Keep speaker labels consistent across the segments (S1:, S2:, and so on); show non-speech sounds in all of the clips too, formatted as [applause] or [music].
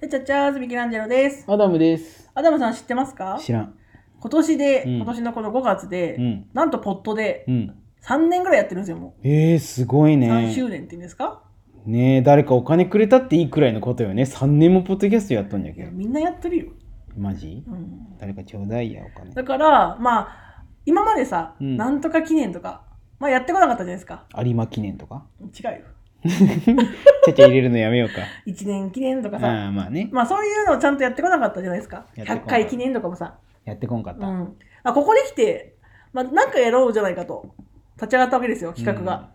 S1: で、チャッチャーズミキランジェロです。
S2: アダムです。
S1: アダムさん知ってますか
S2: 知らん。
S1: 今年で、
S2: うん
S1: 今年のこの5月で、
S2: うん。
S1: なんとポットで
S2: うん。
S1: 3年ぐらいやってるんですよ、も。
S2: えー、すごいう
S1: 3
S2: ね。
S1: 周年って言うんですか、
S2: ねえ、誰かお金くれたっていいくらいのことよね。3年もポッドキャストやっとんじゃ
S1: い
S2: け
S1: や、
S2: ど。
S1: みんなやってるよ。
S2: マジ
S1: うん、
S2: 誰かちょうだいや、お金。
S1: だから、まあ、今までさ、
S2: うん
S1: なんとか記念とか、まあやってこなかったじゃないですか。
S2: 有馬記念とか
S1: 違うよ。
S2: ちゃちゃ入れるのやめようか。
S1: 1年記念とかさ、
S2: ああ、まあね。
S1: まあそういうのをちゃんとやってこなかったじゃないですか。
S2: やってこなかっ
S1: 100
S2: た
S1: 回記念とかもさ。
S2: やってこんかっ
S1: う
S2: た。
S1: ん。あ、ここで来て、まあなんかやろうじゃないかと、立ち上がったわけですよ、企画が。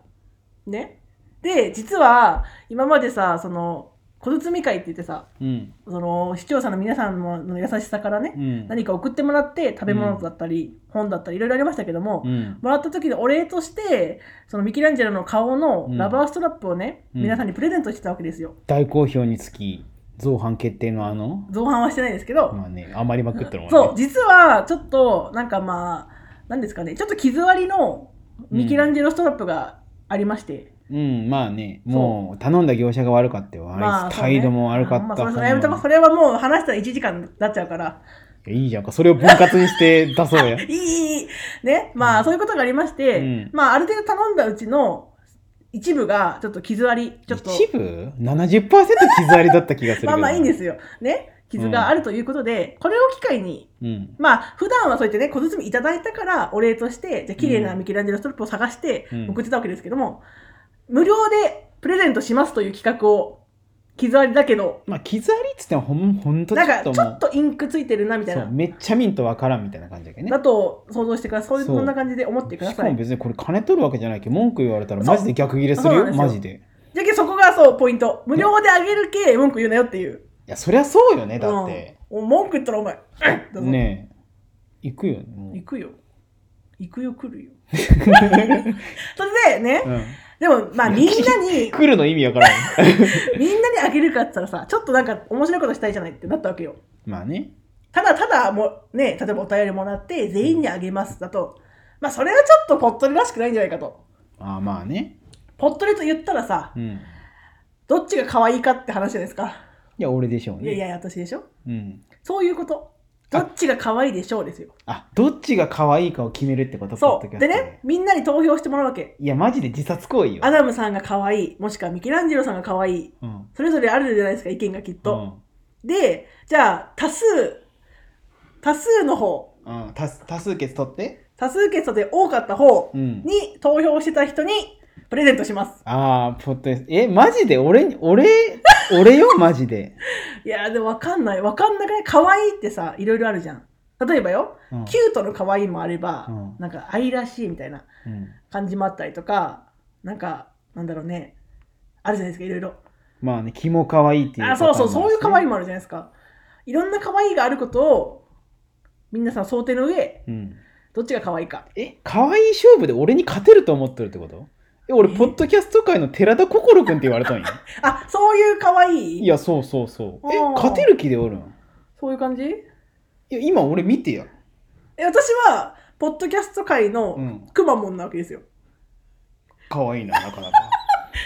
S1: ね。で、実は、今までさ、その、小包み会って言ってさ、
S2: うん。
S1: その、視聴者の皆さんのの優しさからね
S2: う、ん。
S1: 何か送ってもらって、食べ物だったり、本だったり、いろいろありましたけども、
S2: うん。
S1: もらった時のお礼として、そのミキランジェロの顔の
S2: うん
S1: ラバーストラップをね、
S2: うん
S1: 皆さんにプレゼントしてたわけですよ。
S2: 大好評につき、造反決定のあの、
S1: 造反はしてないですけど、
S2: まあね、余りまくってるもんね。
S1: そう、実は、ちょっと、なんかまあ、なんですかね、ちょっと傷割りのミキランジェロストラップがありまして、
S2: うん、まあね、もう頼んだ業者が悪かったよ。あいつ
S1: そうね
S2: 態度も悪か
S1: うんま
S2: っ
S1: あそ
S2: た。
S1: れそれやめとこうそれはもう話したら1時間になっちゃうから。
S2: いやいいじゃんか。それを分割にして出そうや。
S1: いいいいいいね。まあ、
S2: うん
S1: そういうことがありまして、
S2: うん
S1: まあ、ある程度頼んだうちの一部が、ちょっと傷あり、 [laughs] ちょっと、
S2: 一部 ?70% 傷ありだった気がするけど。。
S1: まあまあいいんですすよ。ね。傷があるということで、これを機会に、
S2: うん。
S1: まあ、普段はそうやってね、小包みいただいたから、お礼として、じゃあ綺麗な
S2: うん
S1: ミケランジェロストラップを探して
S2: うん
S1: 送ってたわけですけども、無料でプレゼントしますという企画を、傷ありだけど、
S2: まあ傷ありっつってもほんほんとちょ
S1: なんか、
S2: っともう
S1: ちょっとインクついてるな、みたい
S2: そう
S1: な。
S2: めっちゃミントわからんみたいな感じだけどね
S1: だ。と想像してください。そういう
S2: そう
S1: そんな感じで思ってくだ
S2: しか
S1: さ
S2: も
S1: い。
S2: 別にこれ金取るわけじゃないけど文句言われたら
S1: そう
S2: マジで逆ギレする
S1: そうなん
S2: よ
S1: ですよ
S2: マジで
S1: じゃけそこがそう、ポイント。無料であげるけ、文句言うなよっていう。
S2: いやそりゃそうよねだって、
S1: うん、お文句言ったらお前、うんだぞ
S2: ねえ行くよねもう
S1: 行くよ。行くよ、来るよ。
S2: [laughs]
S1: それでね、
S2: うん
S1: でも、まあ、みんなに、
S2: 来るの意味わからん [laughs]
S1: みんなにあげるかって言ったらさ、ちょっとなんか面白いことしたいじゃないってなったわけよ。
S2: まあね
S1: ただただもう、ね、例えばお便りもらって、全員にあげますだと、まあ、それはちょっとぽっとりらしくないんじゃないかと。
S2: ああまあね
S1: ぽっとりと言ったらさ、
S2: うん
S1: どっちが可愛いかって話じゃないですか。
S2: いや俺でしょう
S1: い
S2: ね
S1: やいや、私でしょ
S2: うん、
S1: そういうこと。どっちが可愛いでしょうですよ。
S2: あどっちが可愛いかを決めるってことポ
S1: そ
S2: ッドキ
S1: う。
S2: ャスト
S1: でね、みんなに投票してもらうわけ。
S2: いやマジで自殺行為よ
S1: アダムさんが可愛い、もしくはミケランジェロさんが可愛い。
S2: うん
S1: それぞれあるじゃないですか、意見がきっと。で、じゃあ、多数、多数の方、
S2: うん、うん、多数多数決取って
S1: 多数決で多かった方
S2: うん
S1: に投票してた人にプレゼントします。
S2: ああ、ポッドキャスト。え、マジで俺に、俺、
S1: [laughs]
S2: 俺よ、マジで。
S1: いやー、でもわかんない。わかんなくない可愛いってさ、いろいろあるじゃん。例えばよ、
S2: うん
S1: キュートの可愛いもあれば、
S2: うん
S1: なんか愛らしいみたいな
S2: うん
S1: 感じもあったりとか、なんか、なんだろうね、あるじゃないですか、いろいろ。
S2: まあね、気も可愛いっていう
S1: あそうそうそういう可愛い
S2: い。
S1: もあるじゃないですかいろんな可愛いがあることをみんなさん想定の上
S2: うん。
S1: どっちが可愛いか
S2: え、可愛い勝負で俺に勝てると思ってるってことえ、俺、
S1: え
S2: ポッドキャスト界の寺田心君って言わ
S1: [laughs]
S2: れたんや。
S1: あそういう可愛い
S2: いや、そうそうそう。え
S1: あー、
S2: 勝てる気でおるん
S1: そういう感じ
S2: いや、今俺見てや。
S1: え私はポッドキャスト界の
S2: うん。
S1: くまモンなわけですよ
S2: 可愛いな、なかなか。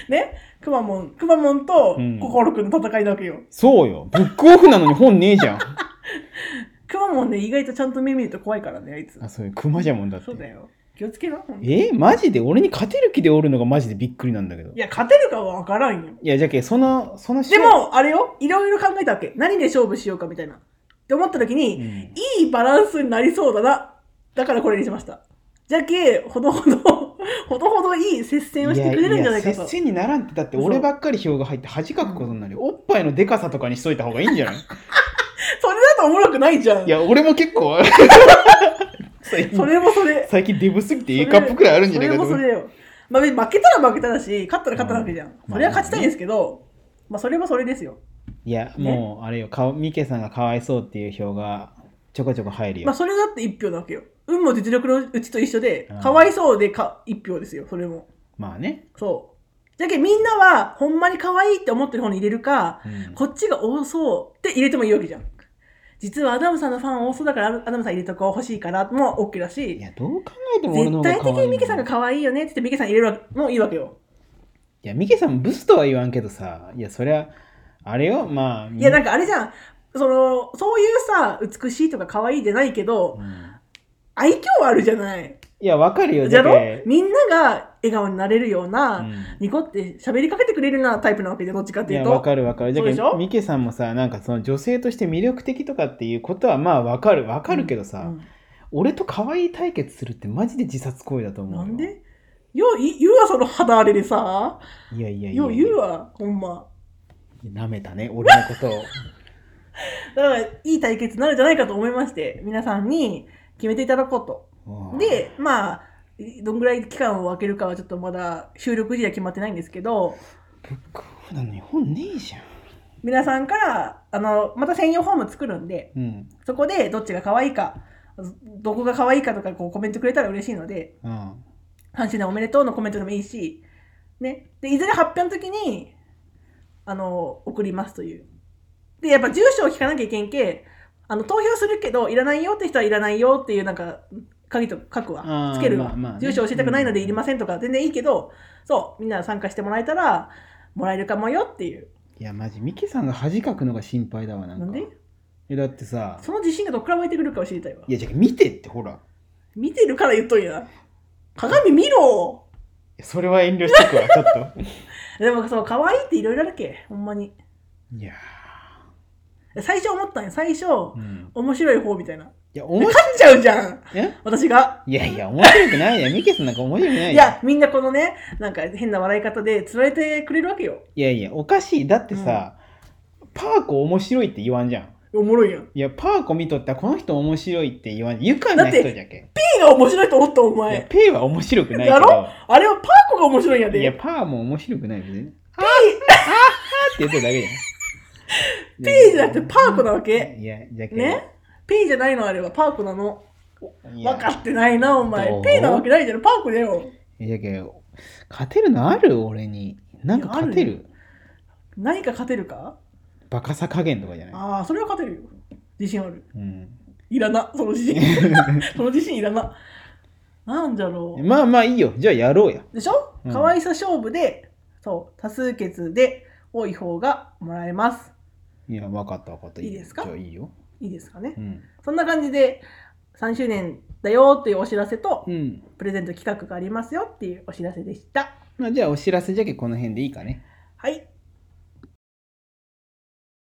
S1: ねくまモンくまモンと
S2: うん
S1: 心くんの戦いなわけよ
S2: そうよ。ブックオフなのに本ねえじゃん。
S1: くまモンね意外とちゃんと目見ると怖いからねあいつ
S2: あ、そういう熊じゃもんだって
S1: そう。だよ気をつけろほんとい
S2: え、マジで俺に勝てる気でおるのがマジでびっくりなんだけど。い
S1: や勝てるかは分からんよ
S2: や、じゃけ、その、その
S1: で、もあれよいろいろ考えたわけ何で勝負しようかみたいなって思った時に、
S2: うん
S1: いいバランスになりそうだな。だからこれにしました。じゃけ、ほどほど、 [laughs] ほどほどいい接戦をしてくれるんじゃないか
S2: やや接
S1: と。
S2: 戦にならんってだって俺ばっかり票が入って恥かくことになるよおっぱいのでかさとかにしといた方がいいんじゃない
S1: それだとおもろくないじゃん。
S2: いや俺も結構最
S1: そ
S2: 近
S1: れもそれ。
S2: 最近デブすぎて A カップくらいあるんじゃないかと
S1: それもそれよ。まあ、負けたら負けただし、勝ったら勝ったわけじゃん。
S2: うん
S1: それは勝ちたいですけど、まあ、それもそれですよ。
S2: いや
S1: ね
S2: もうあれよかミケさんがかわいそうっていう票がちょこちょこ入るよ、
S1: まあ、それだって一票なわけよ。運も実力のうちと一緒で
S2: うん、
S1: かわいそうでか一票ですよ、それも。
S2: まあね、
S1: そう。じゃけ、みんなは、ほんまに可愛いって思ってる方に入れるか、
S2: うん
S1: こっちが多そうって入れてもいいわけじゃん。実はアダムさんのファン多そうだからアダムさん入れとこう欲しいからもう OK だ
S2: い
S1: し、
S2: やどう考えても俺の
S1: 絶
S2: 方が
S1: 対
S2: 可
S1: 的
S2: 愛い
S1: にミケさんが可愛いよねって言ってミケさん入れるわけもういいわけよ。
S2: いやミケさんもブスとは言わんけどさいやそりゃあれよ、まあ。
S1: いやなん
S2: か、
S1: かあれじゃんそのそういうさ美しいとか可愛いじゃないけど
S2: うん
S1: 愛嬌あるじゃない
S2: いや、わかるよ。
S1: じゃ
S2: だ
S1: ろ
S2: って
S1: みんなが笑顔になれるような、
S2: うん
S1: ニコって喋りかけてくれるようなタイプなわけじゃんどっちかっ
S2: い
S1: てい
S2: や
S1: う
S2: わ
S1: と
S2: かるわかる。だ
S1: そう
S2: け
S1: でし
S2: ど、
S1: ょ
S2: ミケさんもさ、なんかその女性として魅力的とかっていうことはまあわかる、わかるけどさ、
S1: うん
S2: 俺と可愛い対決するってマジで自殺行為だと思う
S1: な
S2: よ。
S1: んでようい言うわその肌荒れでさ
S2: いやいやいや。
S1: よう言うわほんま
S2: 舐めたね、俺の
S1: [laughs]
S2: ことを。
S1: だからいい対決になるんじゃないかと思いまして皆さんに決めていただこうと
S2: うん、
S1: でまあどんぐらい期間を空けるかはちょっとまだ収録時は決まってないんですけど
S2: ブックオフなのに本ねえじゃん。
S1: 皆さんからあのまた専用フォーム作るんで
S2: うん。
S1: そこでどっちが可愛いかどこが可愛いかとかこうコメントくれたら嬉しいので
S2: うん。
S1: 阪神でおめでとうのコメントでもいいし、ね、でいずれ発表の時にあの送りますという。でやっぱ住所を聞かなきゃいけんけあの投票するけどいらないよって人はいらないよっていうなんか鍵と書くわ
S2: あー
S1: つけるわ、
S2: まあまあね
S1: 住所教えたくないのでいりませんとか全然いいけど、そうみんな参加してもらえたらもらえるかもよっていう
S2: いや、マジ、ミケさんが恥かくのが心配だわ、なんか。
S1: なんで
S2: えだってさ、
S1: その自信がどっから湧いてくるかを知りたいわ
S2: いや、じゃあ見てってほら。い
S1: 見てるから言っとんや鏡見ろ
S2: やそれは遠慮してくわ、ちょっと。
S1: でもそう可愛いっていろいろあるけほんまに
S2: いや
S1: 最初思ったんや最初、
S2: ー、うん。
S1: 面白い方みたいな。
S2: いや、
S1: で
S2: 面白
S1: 勝っちゃうじゃん
S2: い。え
S1: 私が。
S2: いやいや、面白くないや。ミケさんなんか面白くないよ
S1: いや、みんなこのね、なんか変な笑い方で釣られてくれるわけよ。
S2: いやいや、おかしい。だってさ、パーコ面白いって言わんじゃん。
S1: おもろいやん。
S2: いや、パーコ見とったらこの人面白いって言わん。愉快な人じゃけ。
S1: P が面白いと思った、お
S2: いや、
S1: 前。
S2: ペイは面白くないけ
S1: だろあれはパーコが面白いんや
S2: ど。いや、
S1: で。
S2: パーも面白くないよね。あーあーって言ってるだけじゃん。
S1: P じゃなくてパーコなわけ。
S2: いや、じゃけ。
S1: ね ?P じゃないのあれはパーコなの。
S2: いや
S1: 分かってないな、お前
S2: どう。
S1: P なわけないじゃん。パーコだよ。
S2: いやけど、勝てるのある俺に。なんか勝て
S1: いや
S2: る
S1: 何か勝てるか
S2: バカさ加減とかじゃない。
S1: ああ、それは勝てるよ。自信ある。
S2: うん。 [laughs]
S1: いらな、その自信。その自信いらな。なんじゃろう。
S2: まあまあいいよ。じゃあやろうや。
S1: でしょ、
S2: うん
S1: 可愛さ勝負で、そう、多数決で多い方がもらえます。
S2: いや、分かった分かった。
S1: いいですか
S2: じゃあいいよ。
S1: いいですかね。
S2: うん。
S1: そんな感じで、3周年だよっていうお知らせと、
S2: うん。
S1: プレゼント企画がありますよっていうお知らせでした。
S2: まあ、じゃあお知らせじゃけこの辺でいいかね。
S1: はい。